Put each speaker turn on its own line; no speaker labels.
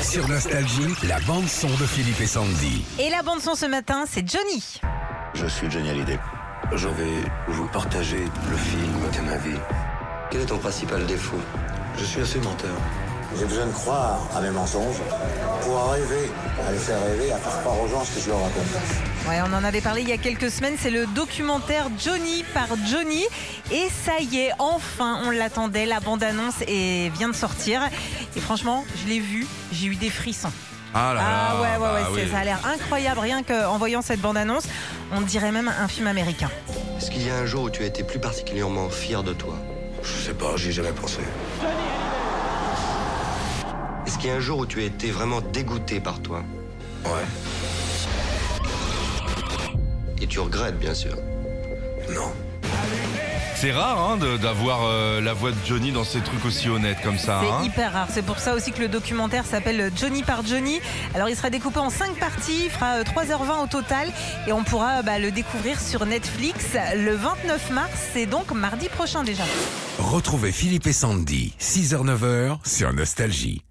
Sur Nostalgie, la bande-son de Philippe et Sandy.
Et la bande son ce matin, c'est Johnny.
Je suis Johnny Hallyday. Je vais vous partager le film de ma vie. Quel est ton principal défaut Je suis assez menteur.
J'ai besoin de croire à mes mensonges pour arriver à les faire rêver, à faire croire aux gens ce que je leur raconte.
Ouais, on en avait parlé il y a quelques semaines, c'est le documentaire Johnny par Johnny. Et ça y est, enfin, on l'attendait, la bande-annonce est- vient de sortir. Et franchement, je l'ai vu, j'ai eu des frissons.
Ah là là.
Ah ouais, ouais, ouais,
bah
c'est-
oui.
ça a l'air incroyable, rien qu'en voyant cette bande-annonce, on dirait même un film américain.
Est-ce qu'il y a un jour où tu as été plus particulièrement fier de toi Je sais pas, j'y ai jamais pensé. Est-ce qu'il y a un jour où tu as été vraiment dégoûté par toi Ouais. Et tu regrettes, bien sûr. Non.
C'est rare hein, de- d'avoir euh, la voix de Johnny dans ces trucs aussi honnêtes comme ça.
C'est
hein.
hyper rare. C'est pour ça aussi que le documentaire s'appelle Johnny par Johnny. Alors, il sera découpé en 5 parties. Il fera euh, 3h20 au total. Et on pourra euh, bah, le découvrir sur Netflix le 29 mars. C'est donc mardi prochain déjà.
Retrouvez Philippe et Sandy, 6h-9h, sur Nostalgie.